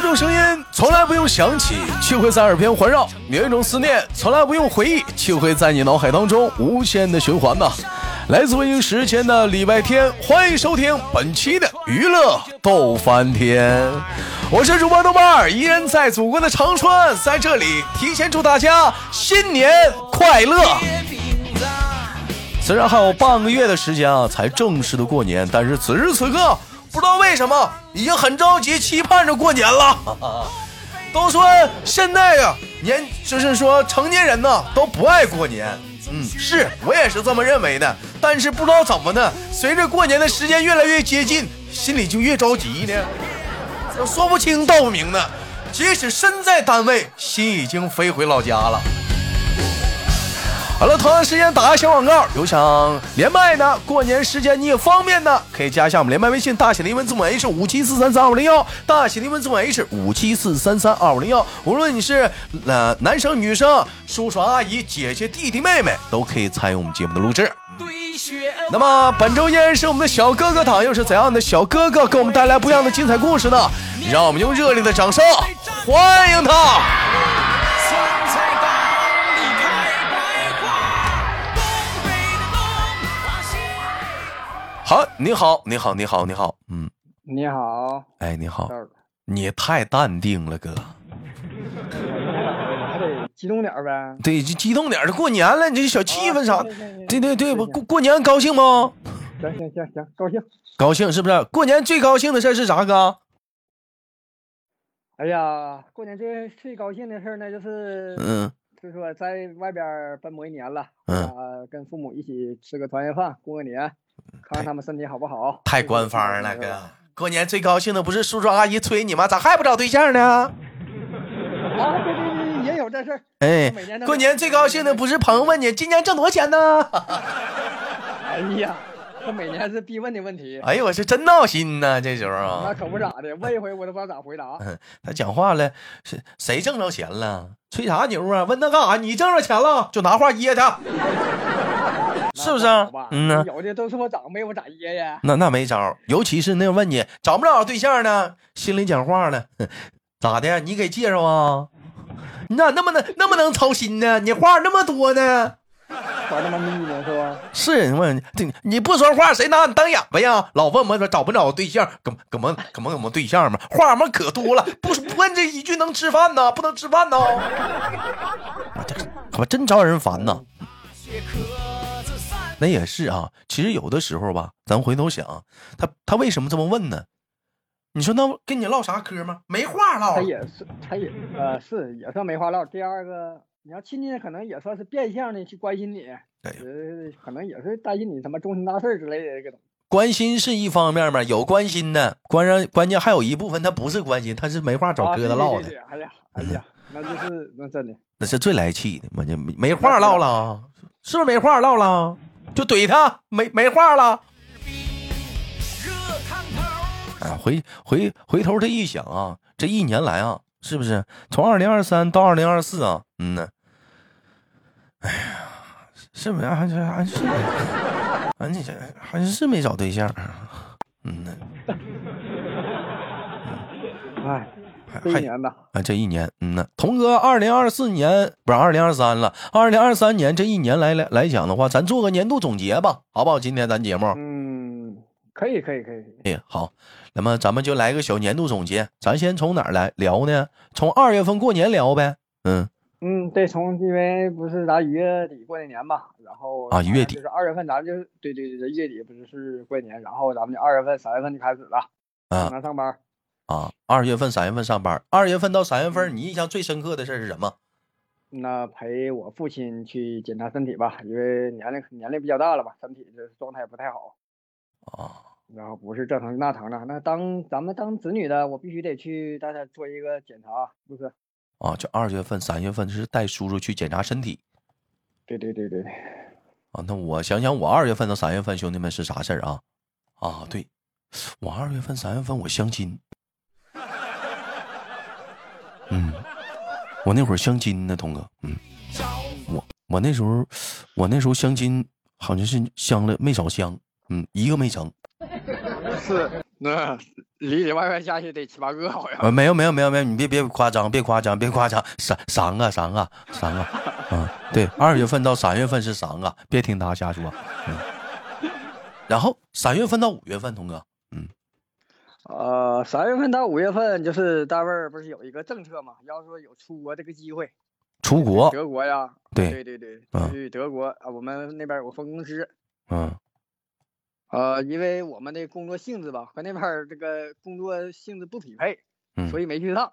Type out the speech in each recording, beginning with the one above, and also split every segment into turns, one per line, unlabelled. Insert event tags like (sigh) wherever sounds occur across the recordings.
种声音从来不用想起，却会在耳边环绕；有一种思念从来不用回忆，却会在你脑海当中无限的循环呐、来自北京时间的礼拜天，欢迎收听本期的娱乐逗翻天，我是主播豆瓣儿，依然在祖国的长春，在这里提前祝大家新年快乐。虽然还有半个月的时间啊，才正式的过年，但是此时此刻，不知道为什么，已经很着急，期盼着过年了。 (laughs) 都说现在呀、年就是说成年人呐，都不爱过年。嗯，是我也是这么认为的，但是不知道怎么的，随着过年的时间越来越接近，心里就越着急呢。这说不清道不明的，即使身在单位，心已经飞回老家了。好了，同样时间打个小广告，有想连麦的，过年时间你也方便的，可以加一下我们连麦微信，大写的英文字母 H 五七四三三二五零幺，大写的英文字母 H 五七四三三二五零幺。无论你是呃男生、女生、叔叔、阿姨、姐姐、弟弟、妹妹，都可以参与我们节目的录制。 (laughs) 那么本周依然是我们的小哥哥党，又是怎样的小哥哥给我们带来不一样的精彩故事呢？让我们用热烈的掌声欢迎他！好，你好，你好，你好，你好，嗯，
你好，
哎，你好
豆，儿，
你太淡定了，哥。
还得激动点儿呗。
对，就激动点儿，这过年了，你这小气氛啥的
啊行行行，
对对对，
行
不过过年高兴不？
行行行行，高兴。
高兴是不是？过年最高兴的事儿是啥，哥？
哎呀，过年最最高兴的事儿呢，就是
嗯，
就是说在外边儿奔波一年了，
嗯
啊，跟父母一起吃个团圆饭，过个年，看看他们身体好不好。
太
这是
官
最高
方了，
兴的事儿
哥。过年最高兴的不是叔叔阿姨催你吗？咋还不找对象呢？
啊，对对对，也有这事儿。
哎
每年，都
过年最高兴的不是朋友问你今年挣多少钱
(laughs)
呢？
哎呀，这每年是必问的问题，
哎呦，我是真闹心呐，这时候
(laughs) 那
啊，
可不咋的，问一回我都不知道咋回答。
嗯他讲话了，是谁挣着钱了？吹啥牛啊？问他干啥？你挣着钱了就拿话噎他，是不是
(laughs) 那
啊
好吧？
嗯呐。
有的都是我长辈，我咋噎呀？
那那没招儿，尤其是那问你找不找对象呢，心里讲话了，哼 (laughs) 咋的？你给介绍啊？你咋那么能那么能操心呢？你话那么多呢？
玩他妈咪呢是吧？
是你问你你不说话，谁拿你当哑巴呀？老问我找不找对象，怎么怎么怎么怎么对象嘛？话嘛可多 (laughs) 了，不不问这一句能吃饭呢？不能吃饭呢？啊，这可不真招人烦呐。那也是啊，其实有的时候吧，咱回头想，他他为什么这么问呢？你说那跟你唠啥嗑吗？没话唠
他。也是，他也呃是也算没话唠。第二个，你要亲戚可能也算是变相的去关心你，
哎
呃，可能也是担心你什么终身大事儿之类的这种。
关心是一方面嘛，有关心的，关键关键还有一部分他不是关心，他是没话找
啊
疙
对
瘩
对
唠
对
的，
对哎呀，哎呀，那就是那真的，
那是最来气的。我就没没话唠了啊，是不是没话唠了？就怼他，没没话了。啊，回回回头他一想啊，这一年来啊，是不是从二零二三到二零二四啊？嗯呢，哎呀，是不是还是还是啊？你这还是没找对象啊？嗯呢，
哎，
还
这一
还
年吧，
啊，这一年，嗯呐，童哥，二零二四年不是二零二三了，二零二三年这一年来来来讲的话，咱做个年度总结吧，好不好？今天咱节目，
嗯，可以可以可以，
哎，好，那么咱们就来个小年度总结，咱先从哪儿来聊呢？从二月份过年聊呗，嗯，
嗯，对，从因为不是咱一月底过的年嘛，然后
啊一月底
就是二月份，咱就对对对，一月底不是是过年，然后咱们就二月份、三月份就开始了，
啊
正常上班。
啊，二月份、三月份上班，二月份到三月份，你印象最深刻的事儿是什么？
那陪我父亲去检查身体吧，因为年龄年龄比较大了吧，身体这状态不太好，
啊，
然后不是这疼那疼的。那当咱们当子女的，我必须得去带他做一个检查，是不是？
啊，就二月份、三月份是带叔叔去检查身体
对对对对对，
啊。那我想想，我二月份到三月份，兄弟们是啥事儿啊？啊，对，我二月份、三月份我相亲，嗯，我那会儿相亲呢，童哥，嗯，我我那时候我那时候相亲好像是相了没少相，嗯，一个没成，
是，那里里外外加起来得七八个好像。
呃，没有没有没有没有，你别别夸张，别夸张，别夸张，啊三三个三个三个，嗯，对，二月份到三月份是三个，别听他瞎说，嗯，然后三月份到五月份，童哥，嗯，
(laughs) 呃，三月份到五月份就是单位儿不是有一个政策嘛，要说有出国这个机会，
出国，
德国呀，
对，
对对对
嗯，
去德国啊，我们那边有个分公司，
嗯
呃，因为我们的工作性质吧和那边儿这个工作性质不匹配，所
嗯，
以没去上，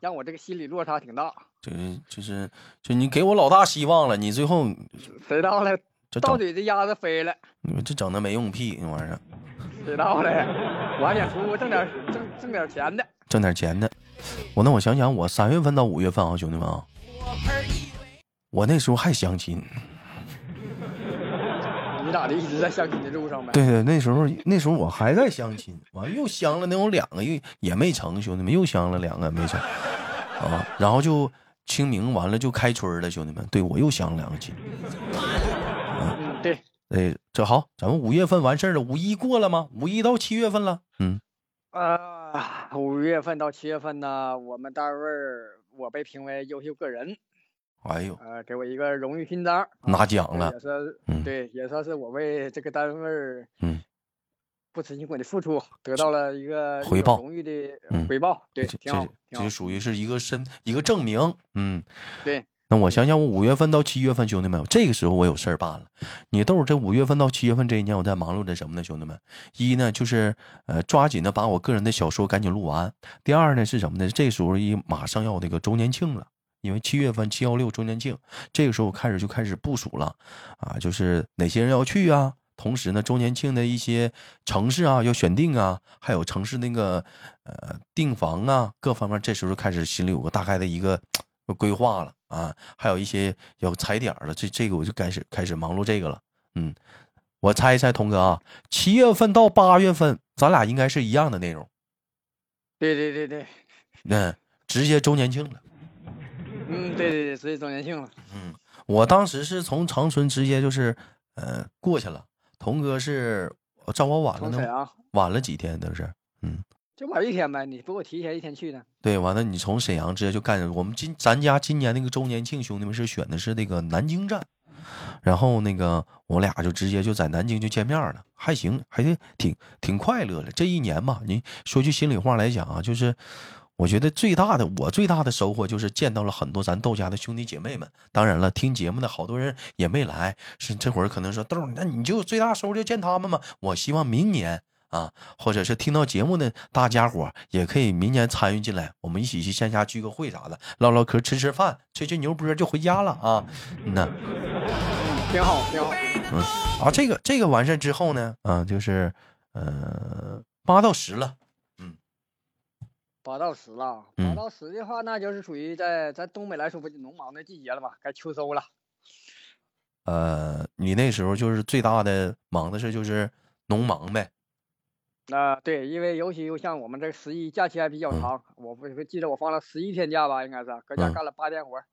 让我这个心理落差挺大。
就是就是就你给我老大希望了，你最后
谁到了，
这
到
整
底这鸭子飞了，
你们这整的没用屁那玩意儿，
谁到了，晚点出挣点挣挣点钱的。
挣点钱的，我那我想想，我三月份到五月份啊，兄弟们啊，我那时候还相亲。
你咋的一直在相亲的路上呗？
对对，那时候那时候我还在相亲，完又相了那有两个，又也没成，兄弟们又相了两个没成，啊，然后就清明完了就开春了，兄弟们，对我又相了两个亲，
嗯，对，
哎，这好，咱们五月份完事儿了，五一过了吗？五一到七月份了，嗯，
啊，五月份到七月份呢，我们单位儿我被评为优秀个人，
哎呦，
呃，给我一个荣誉勋章啊，
拿奖
这
了
也，是
嗯
对，也算是我为这个单位儿
嗯
不辞辛苦的付出，得到了一个一
回
种
报
荣誉的
嗯
回报，对，
这
挺好
这，
挺
这
好
就，属于是一个身一个证明，嗯，
对，
那我想想，我五月份到七月份，兄弟们，这个时候我有事儿办了。你豆儿这五月份到七月份这一年，我在忙碌着什么呢？兄弟们，一呢就是呃抓紧的把我个人的小说赶紧录完。第二呢是什么呢？这时候一马上要这个周年庆了。因为七月份七幺六周年庆，这个时候我开始就开始部署了，啊，就是哪些人要去啊？同时呢，周年庆的一些城市啊要选定啊，还有城市那个呃订房啊，各方面，这时候开始心里有个大概的一个规划了啊，还有一些要踩点儿了，这这个我就开始开始忙碌这个了。嗯，我猜一猜，童哥啊，七月份到八月份，咱俩应该是一样的内容，
对对对对，
嗯，直接周年庆了。
嗯，对对对，所以周年庆了，
我当时是从长春直接就是，呃，过去了。童哥是呃照我晚了
从沈
呢，
阳
晚了几天都是。
就晚一天呗，你不给我提前一天去呢？
对，完了你从沈阳直接就干。我们今咱家今年那个周年庆，兄弟们是选的是那个南京站，然后那个我俩就直接就在南京就见面了，还行，还挺挺挺快乐的。这一年吧，你说句心里话来讲啊，就是我觉得最大的我最大的收获就是见到了很多咱豆家的兄弟姐妹们。当然了，听节目的好多人也没来，是这会儿可能说豆儿，那你就最大收获就见他们嘛。我希望明年。啊，或者是听到节目的大家伙儿也可以明年参与进来，我们一起去线下聚个会啥的，唠唠嗑、吃吃饭、吹吹牛波儿就回家了啊。嗯呐，
挺好，挺好。
啊，这个这个完事之后呢，啊，就是呃八到十了，
八到十了，
嗯
八到十的话，那就是属于在咱东北来说，不就农忙的季节了嘛，该秋收了。
呃，你那时候就是最大的忙的事就是农忙呗，
那、对，因为尤其又像我们这十一假期还比较
嗯
长，我不是记得我放了十一天假吧，应该是啊搁家
嗯
干了八天活儿，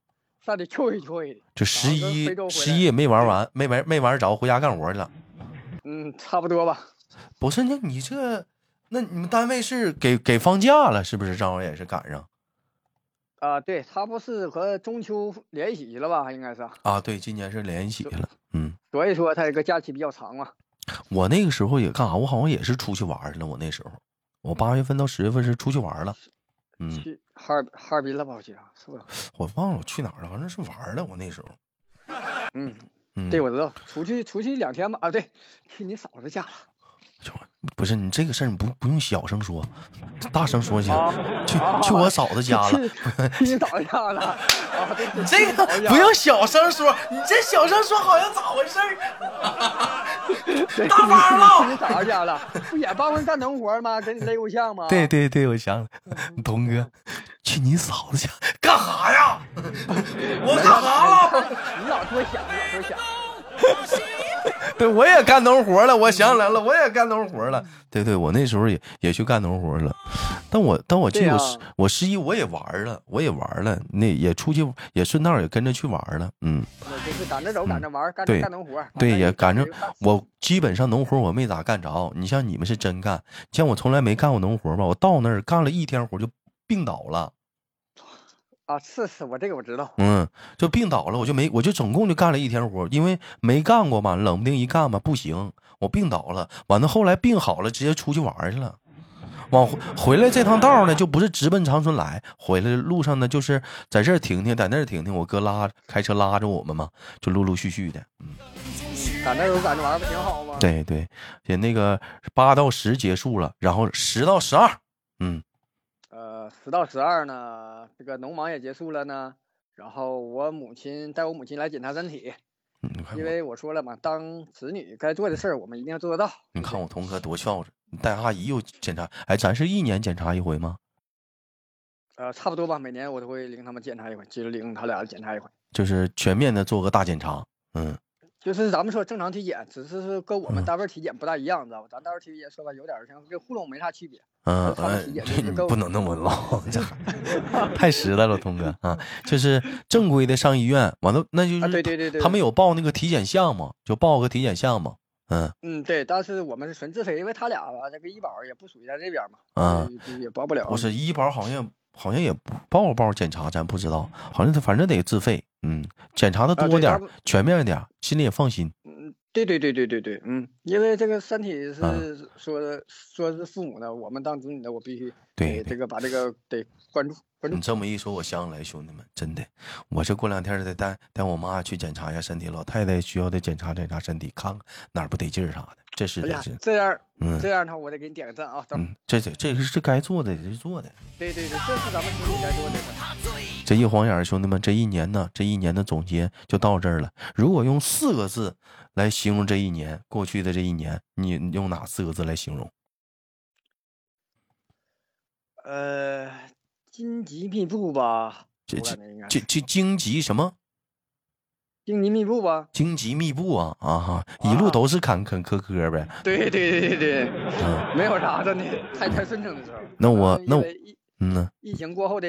上 (laughs) 去秋一秋一的，
就十
跟
一
非洲回
十
来
一也没玩完，没玩没玩着，回家干活去了。
嗯，差不多吧。
不是，那你这那你们单位是给给放假了是不是？正好也是赶上
啊、对，他不是和中秋联系了吧，应该是，
啊，对，今年是连喜了，嗯。
所以说他这个假期比较长嘛。
我那个时候也干啥？我好像也是出去玩儿去了。我那时候，我八月份到十月份是出去玩儿了。嗯，
去哈尔哈尔滨了吧？我记得是不是？
我忘了我去哪儿了，反正是玩儿了。我那时候，
嗯，
嗯，
这我知道，出去出去两天吧。啊，对，去你嫂子家了。
嗯不是你这个事儿，你不不用小声说，大声说去，
啊
去
啊
去我嫂子 (laughs) 家了。
去去你嫂子家了。啊，对
(laughs)
对
这
去
个
你嫂子家
不用小声说，你这小声说好像咋回事儿？啊
对
大班
(laughs)
了。
你你咋家了？不也帮忙干农活吗？给你勒过象吗？
对，对对，我想了，童哥，去你嫂子家干啥呀？ (laughs) 我干啥了？
啊你老多想，你老多想。
对，我也干农活了，我想起来了，我也干农活了。对对，我那时候也也去干农活了，但我但我记
对
得
啊
我十、我十一我也玩了，我也玩了，那也出去也顺道也跟着去玩了，嗯，
我就是赶着走，赶着玩儿，干
对
干农活儿。
对，
反正
也赶上
就干
我基本上农活我没咋干着，你像你们是真干，像我从来没干过农活吧，我到那儿干了一天活就病倒了。
啊，是是，我这个我知道。
嗯，就病倒了，我就没，我就总共就干了一天活，因为没干过嘛，冷不丁一干嘛不行，我病倒了，完了后来病好了，直接出去玩儿去了，往回回来这趟道儿呢，就不是直奔长春来，回来路上呢，就是在这儿停停，在那儿停停，我哥拉开车拉着我们嘛，就陆陆续续的，
赶着走，赶着玩儿不挺好吗？
对对，也那个八到十结束了，然后十到十二，嗯，
呃，十到十二呢，这个农忙也结束了呢。然后我母亲带我母亲来检查身体，
嗯你看
因
我，
为我说了嘛，当子女该做的事儿，我们一定要做得到。
你看我童哥多孝顺，你带阿姨又检查，哎，咱是一年检查一回吗？
呃，差不多吧，每年我都会领他们检查一回，就领他俩检查一回。
就是全面的做个大检查。嗯，
就是咱们说正常体检，只是说跟我
嗯
们单位体检不大一样，知道吧？咱单位体检说白有点儿像跟糊弄没啥区别。
嗯，
他们
哎
体检就
这
是
你
跟
不能那么
(laughs)
唠，这还 (laughs) 太实在了，童哥啊，就是正规的上医院，完了那就是、
啊，对对对对，
他们有报那个体检项目，就报个体检项目，嗯
嗯，对，但是我们是纯自费，因为他俩吧，这个医保也不属于咱这边嘛，
啊，
就也帮不了。
不是医保好像好像也不报报检查，咱不知道，好像他反正得自费，嗯，检查的多
啊对
点儿，
他们
全面点儿，心里也放心，
嗯，对对对对对对，嗯，因为这个身体
啊
是说说是父母的，我们当子女的，我必须
对
得
对
这个把这个得关注关注
你。这么一说，我想起来，兄弟们，真的，我这过两天得带带我妈去检查一下身体，老太太需要得检查检查身体，看看哪儿不得劲儿啥的，这是
哎
这
呀
是，，
这样
嗯
这样的话，我得给你点个赞啊！等
嗯，这这这个是该做的，这做的。
对对对，这是咱们子女该做的事儿。
这一晃眼儿，兄弟们，这一年呢，这一年的总结就到这儿了。如果用四个字来形容这一年，过去的这一年，你你用哪四个字来形容？
呃，荆棘密布吧，
这
我
这
感觉应该
这这荆棘什么？
荆棘密布吧。
荆棘密布啊啊哈，一路
啊
都是坎坎坷坷呗。
对对对对对，
嗯
没有啥真的，太太顺畅的时候。
那我
嗯
那
因
我
为疫
嗯呢。
疫情过后的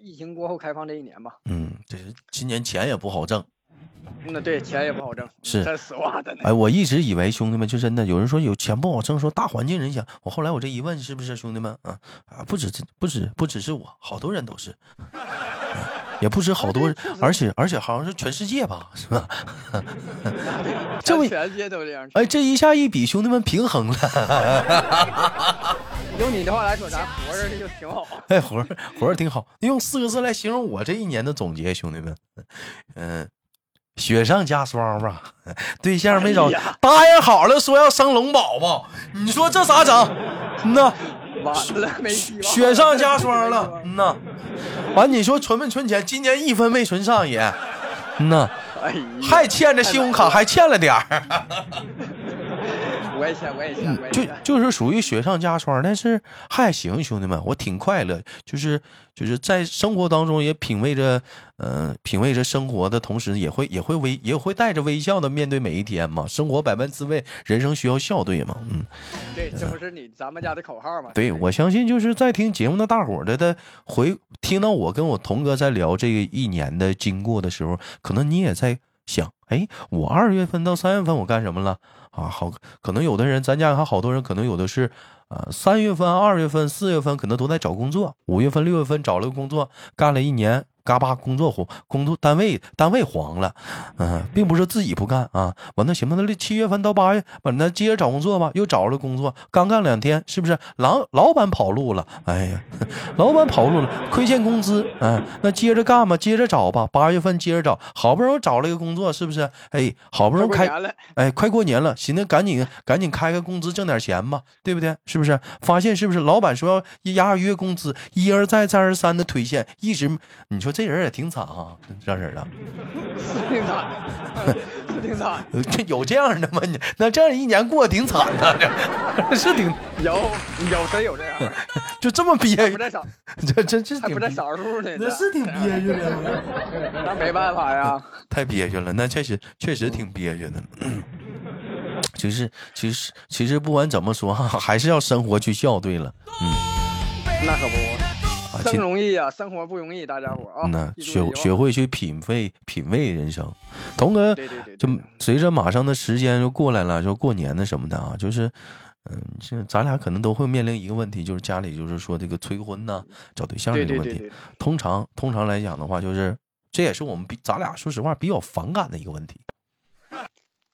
疫情过后开放这一年吧，嗯
嗯，这是今年钱也不好挣。
那对钱也不好挣，嗯
是
这实话真的。
哎，我一直以为兄弟们就真的有人说有钱不好挣，说大环境影响。我后来我这一问，是不是兄弟们啊啊？不止这不止不只是我，好多人都是，啊也不止好多人，而且而且好像是全世界吧，是吧？这位
全世界都这样。
哎，这一下一比，兄弟们平衡了。
用你的话来说，咱活着就挺好。
哎，活儿活儿挺好，用四个字来形容我这一年的总结，兄弟们，嗯、雪上加霜吧，对象没找，
哎呀
答应好了说要生龙宝宝，你说这咋整？嗯呐，
完了，没希望。
雪上加霜了，嗯呐，完你说存没存钱？今年一分没存上也，嗯呐，
哎呀，
还欠着信用卡还欠了点儿。嗯
我也想，我也想，我也
就
想。
就是属于雪上加霜，但是还行，兄弟们，我挺快乐，就是就是在生活当中也品味着，嗯、品味着生活的同时，也会也会微也会带着微笑的面对每一天嘛。生活百般滋味，人生需要笑，对吗？嗯，
对，这不是你咱们家的口号吗？
对，我相信就是在听节目的大伙儿的，他回听到我跟我童哥在聊这个一年的经过的时候，可能你也在想，哎，我二月份到三月份我干什么了啊？好，可能有的人，咱家还好多人，可能有的是，呃，三月份、二月份、四月份可能都在找工作，五月份、六月份找了个工作，干了一年。嘎巴工作黄，工作单位单位黄了，嗯、并不是自己不干啊。完了，行吧，那六七月份到八月，完了接着找工作吧，又找了工作，刚干两天，是不是？老老板跑路了，哎呀， (laughs) 老板跑路了，亏欠工资，哎，那接着干吧，接着找吧，八月份接着找，好不容易找了一个工作，是不是？哎，好不
快
容易
过
开，
年了，
哎，快过年了，寻思赶紧赶紧开个工资挣点钱吧，对不对？是不是？发现是不是？老板说要压月工资，一而再再而三的推卸，一直你说这人也挺惨啊，让人啊，
是挺惨的，是挺惨的。
呃这有这样的吗？你那这样一年过得挺惨的，这是挺
有有真有
(laughs)
这样的，
就这么憋
还
屈
不，在少，
这真哎是
还
挺
不在少数呢。哎
那是挺憋屈
(laughs)
的， (laughs)
那没办法呀。
太憋屈了，那确实确实挺憋屈的。其实其实其实不管怎么说哈，还是要生活去笑。对了，嗯，
那可不，
啊，
生
其
容易啊，生活不容易，大家伙啊，
嗯那
记住
学
这句话
学会去品味品味人生。童哥，
对对对，
就
对
随着马上的时间就过来了，就过年的什么的啊，就是，嗯，这咱俩可能都会面临一个问题，就是家里就是说这个催婚呐、找对象这
嗯对
个
对
问
对
题。
对，
通常通常来讲的话，就是这也是我们比咱俩说实话比较反感的一个问题。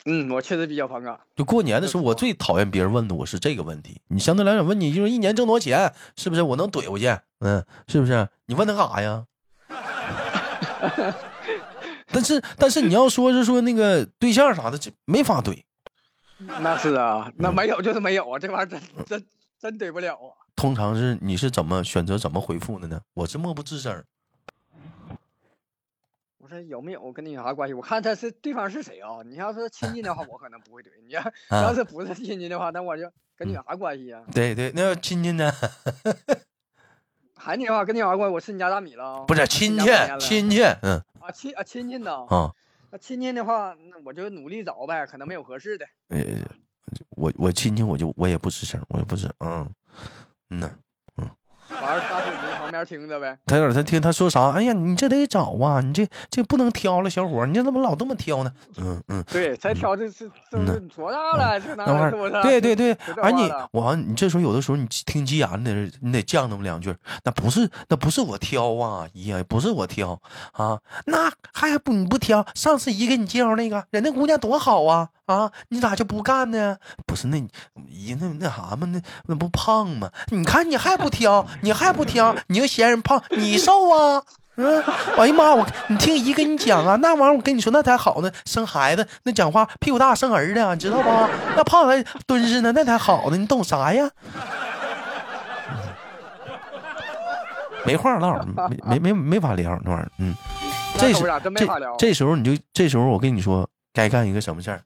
嗯，我确实比较反感，
就过年的时候，我最讨厌别人问的我是这个问题。你相对来讲问你就是一年挣多少钱，是不是？我能怼回去，嗯，是不是？你问他干啥呀？ (laughs) 但是但是你要说是说那个对象啥的，这没法怼。
那是啊，
嗯
那没有就是没有啊，这玩意儿真真真怼不了啊。
通常是你是怎么选择怎么回复的呢？我是默不吱声儿。
我说有没有跟你有啥关系？我看他是对方是谁啊？你要是亲近
(laughs)
的话，我可能不会怼你； (laughs) 要
啊
要是不是亲近的话，那我就
嗯
跟你有啥关系啊呀、
对对，那要亲戚呢？
喊你的话跟你有啥关系？我吃你家大米了啊，
不是
我吃你
亲
家
戚
大面，了
亲戚，嗯
啊亲啊亲近的，
啊，
那亲近的话，那我就努力找呗，可能没有合适的。
呃，我我亲戚我就我也不吱声，我就不吱，嗯嗯呐，
完事儿大腿在旁边听着呗。
他有点他听他说啥，哎呀，你这得找啊，你这这不能挑了，小伙儿，你这怎么老这么挑呢？嗯嗯，
对，才挑这是这不是多大了？这哪
那玩
儿
意
是不
嗯儿
是？，
对对
(laughs)
对
就，这啊
哎
话
你
了
我你这时候有的时候你听急眼，你得你得犟那么两句儿，那不是那不是我挑啊，姨呀，不是我挑啊，那还不你不挑？上次姨给你介绍那个人那姑娘多好啊啊，你咋就不干呢？不是那你姨那那啥嘛，那那不胖吗？你看你还不挑，你还不挑，你就嫌人胖，你瘦啊。嗯，哎呀妈，我你听姨跟你讲啊，那玩意儿我跟你说那才好呢，生孩子那讲话屁股大生儿子、啊，你知道吧？那胖还蹲着呢，那才好呢，你懂啥呀？没话唠，没没没没法聊那玩意儿，嗯，
那
这
可
是
不咋真没法聊
这这时候你就这时候我跟你说该干一个什么事儿。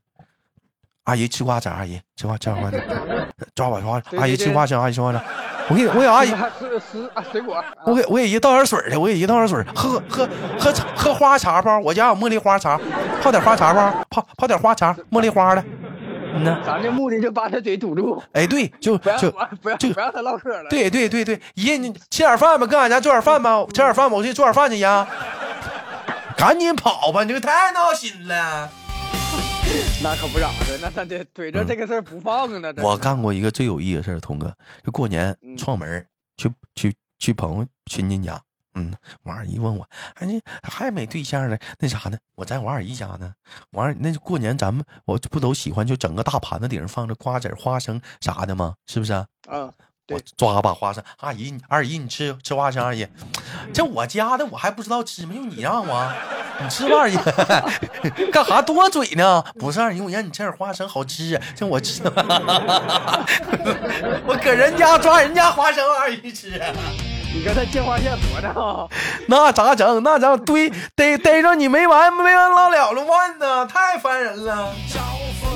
阿姨吃瓜子儿，啊阿姨吃瓜吃瓜子儿，抓把抓，
对
阿姨
对
吃
对
瓜吃瓜吃瓜子儿。我给我给阿姨，
(laughs) 是是啊，水果。
我给我给姨倒点水去，我给姨倒点水，喝喝喝茶喝花茶包，我家有茉莉花茶，泡点花茶包，泡泡点花茶，茉莉花的。嗯呐，
咱这目的就把他嘴堵住，
哎对，就
不要
就
不要
就
不要他唠嗑了。
对对对对，姨你吃点饭吧，跟俺家做点饭吧，吃点饭吧，我去做点饭去呀。 (laughs) 赶紧跑吧，你这个太闹心了。
那可不咋的，那咱得怼着这个事儿不放啊！那
嗯
真
我
是
干过一个最有意思的事儿，童哥，就过年
嗯
串门儿去去去朋友亲戚家，嗯，我二姨问我，哎，你还没对象呢？那啥呢？我在我二姨家呢。我二那过年咱们我不都喜欢就整个大盘子顶上放着瓜子儿、花生啥的吗？是不是啊、
嗯，
我
对
抓把花生，阿姨，你二姨你吃吃花生，二姨，这我家的我还不知道吃吗？用你让我，你吃吧，二姨， (laughs) 干啥多嘴呢？不是二姨，我让你吃点花生，好吃，啊这我吃， (laughs) 我搁人家抓人家花生，二姨吃，啊
你跟他借花献佛呢啊？
那咋整？那咋堆逮逮着你没完没完拉了了万呢？太烦人了。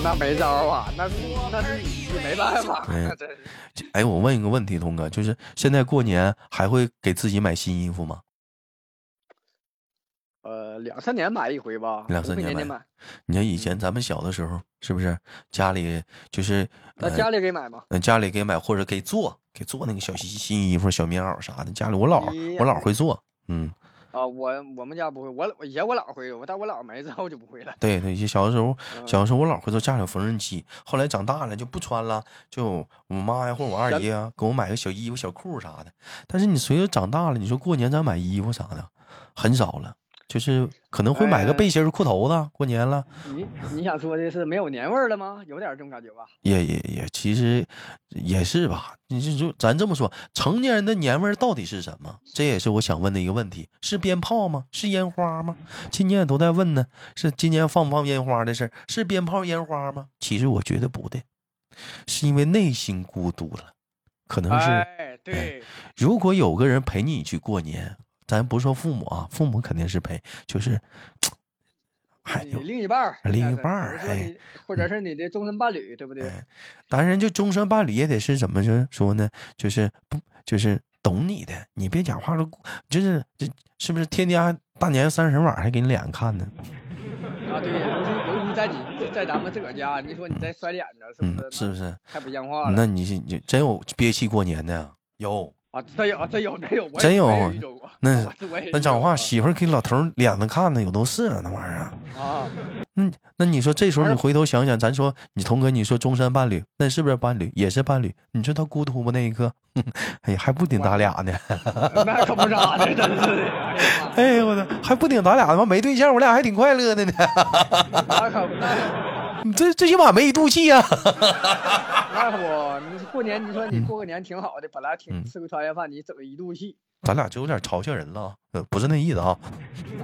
那没招儿啊，那那是你没办法，
哎
那真是。
哎，我问一个问题，童哥，就是现在过年还会给自己买新衣服吗？
呃，两三年买一回吧，
两三
五六
年
年
买
买，
你看以
嗯
前咱们小的时候，是不是家里就是
那
呃
家里给买吗？
呃家里给买或者给做给做那个小新新衣服、小棉袄啥的，家里我姥儿
哎
我姥儿会做，嗯，
啊，我我们家不会，我我以前我姥会，我但我姥没之后就不会了。
对对，就小的时候
嗯
小的时候我姥儿会做，家里有缝纫机，后来长大了就不穿了，就我妈呀或者我二姨啊给我买个小衣服、小裤啥的。但是你随着长大了，你说过年咱买衣服啥的很少了，就是可能会买个
哎
背心儿、裤头子，过年了。
嗯你你想说的是没有年味儿了吗？有点儿这种感觉吧？
也也也，其实也是吧。你就就咱这么说，成年人的年味儿到底是什么？这也是我想问的一个问题：是鞭炮吗？是烟花吗？今年都在问呢，是今年放不放烟花的事儿？是鞭炮烟花吗？其实我觉得不对，是因为内心孤独了，可能是
哎，对，
如果有个人陪你去过年，咱不说父母啊，父母肯定是陪，就是，哎
你
呦，
另一半儿，
另
那
一
是
半儿
或者说
哎
你或者是你的终身伴侣，对不对？
哎当然，就终身伴侣也得是怎么就是说呢？就是不就是懂你的，你别讲话都就是
(laughs)
这是不是天天大年三十晚上还给你脸看呢？
啊，对，尤其尤其你在你在咱们自个儿家，你说你在摔脸子是
嗯
不，
是
是？
不是？
太不像话了
那你你真有憋气过年的呀？有。
啊！真有真有真有，我也
真有啊
我也遇着过
那
我我也遇
那
着
讲
过
话，媳妇儿给老头儿脸子看的有都是了，那玩意儿。
啊，
嗯，那你说这时候你
而
回头想想，咱说你童哥，你说终身伴侣，那是不是伴侣？也是伴侣。你说他孤独不那一刻， (laughs) 哎呀，还不顶咱俩呢。
那可不咋的，真是的，哎呀妈
哎呦我操，还不顶咱俩他妈没对象，我俩还挺快乐的呢。
那可那
你这最起码没一肚气啊。
那不，你过年你说
嗯
你过个年挺好的，本来挺吃个团圆饭，你整个一肚气
咱俩就有点嘲笑人了啊，呃，不是那意思啊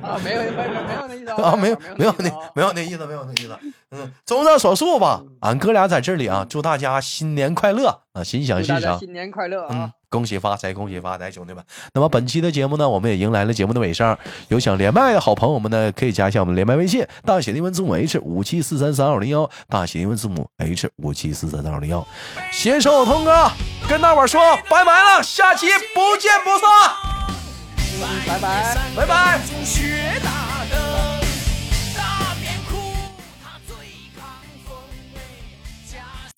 啊！没有没有没有那意思
啊，没有没有
哦
那
那意思啊
没有那意思，没有那意思。嗯，综上所述吧，俺哥俩在这里啊，祝大家新年快乐啊，心想
祝
事
大家
成。
新年快乐
嗯
啊！，
恭喜发财，恭喜发财，兄弟们！那么本期的节目呢，我们也迎来了节目的尾声。有想连麦的好朋友们呢，可以加一下我们连麦微信，大写的英文字母 H 五七四三三二零幺，大写英文字母 H 五七四三三二零幺。携手通哥，跟大伙儿说拜拜了，下期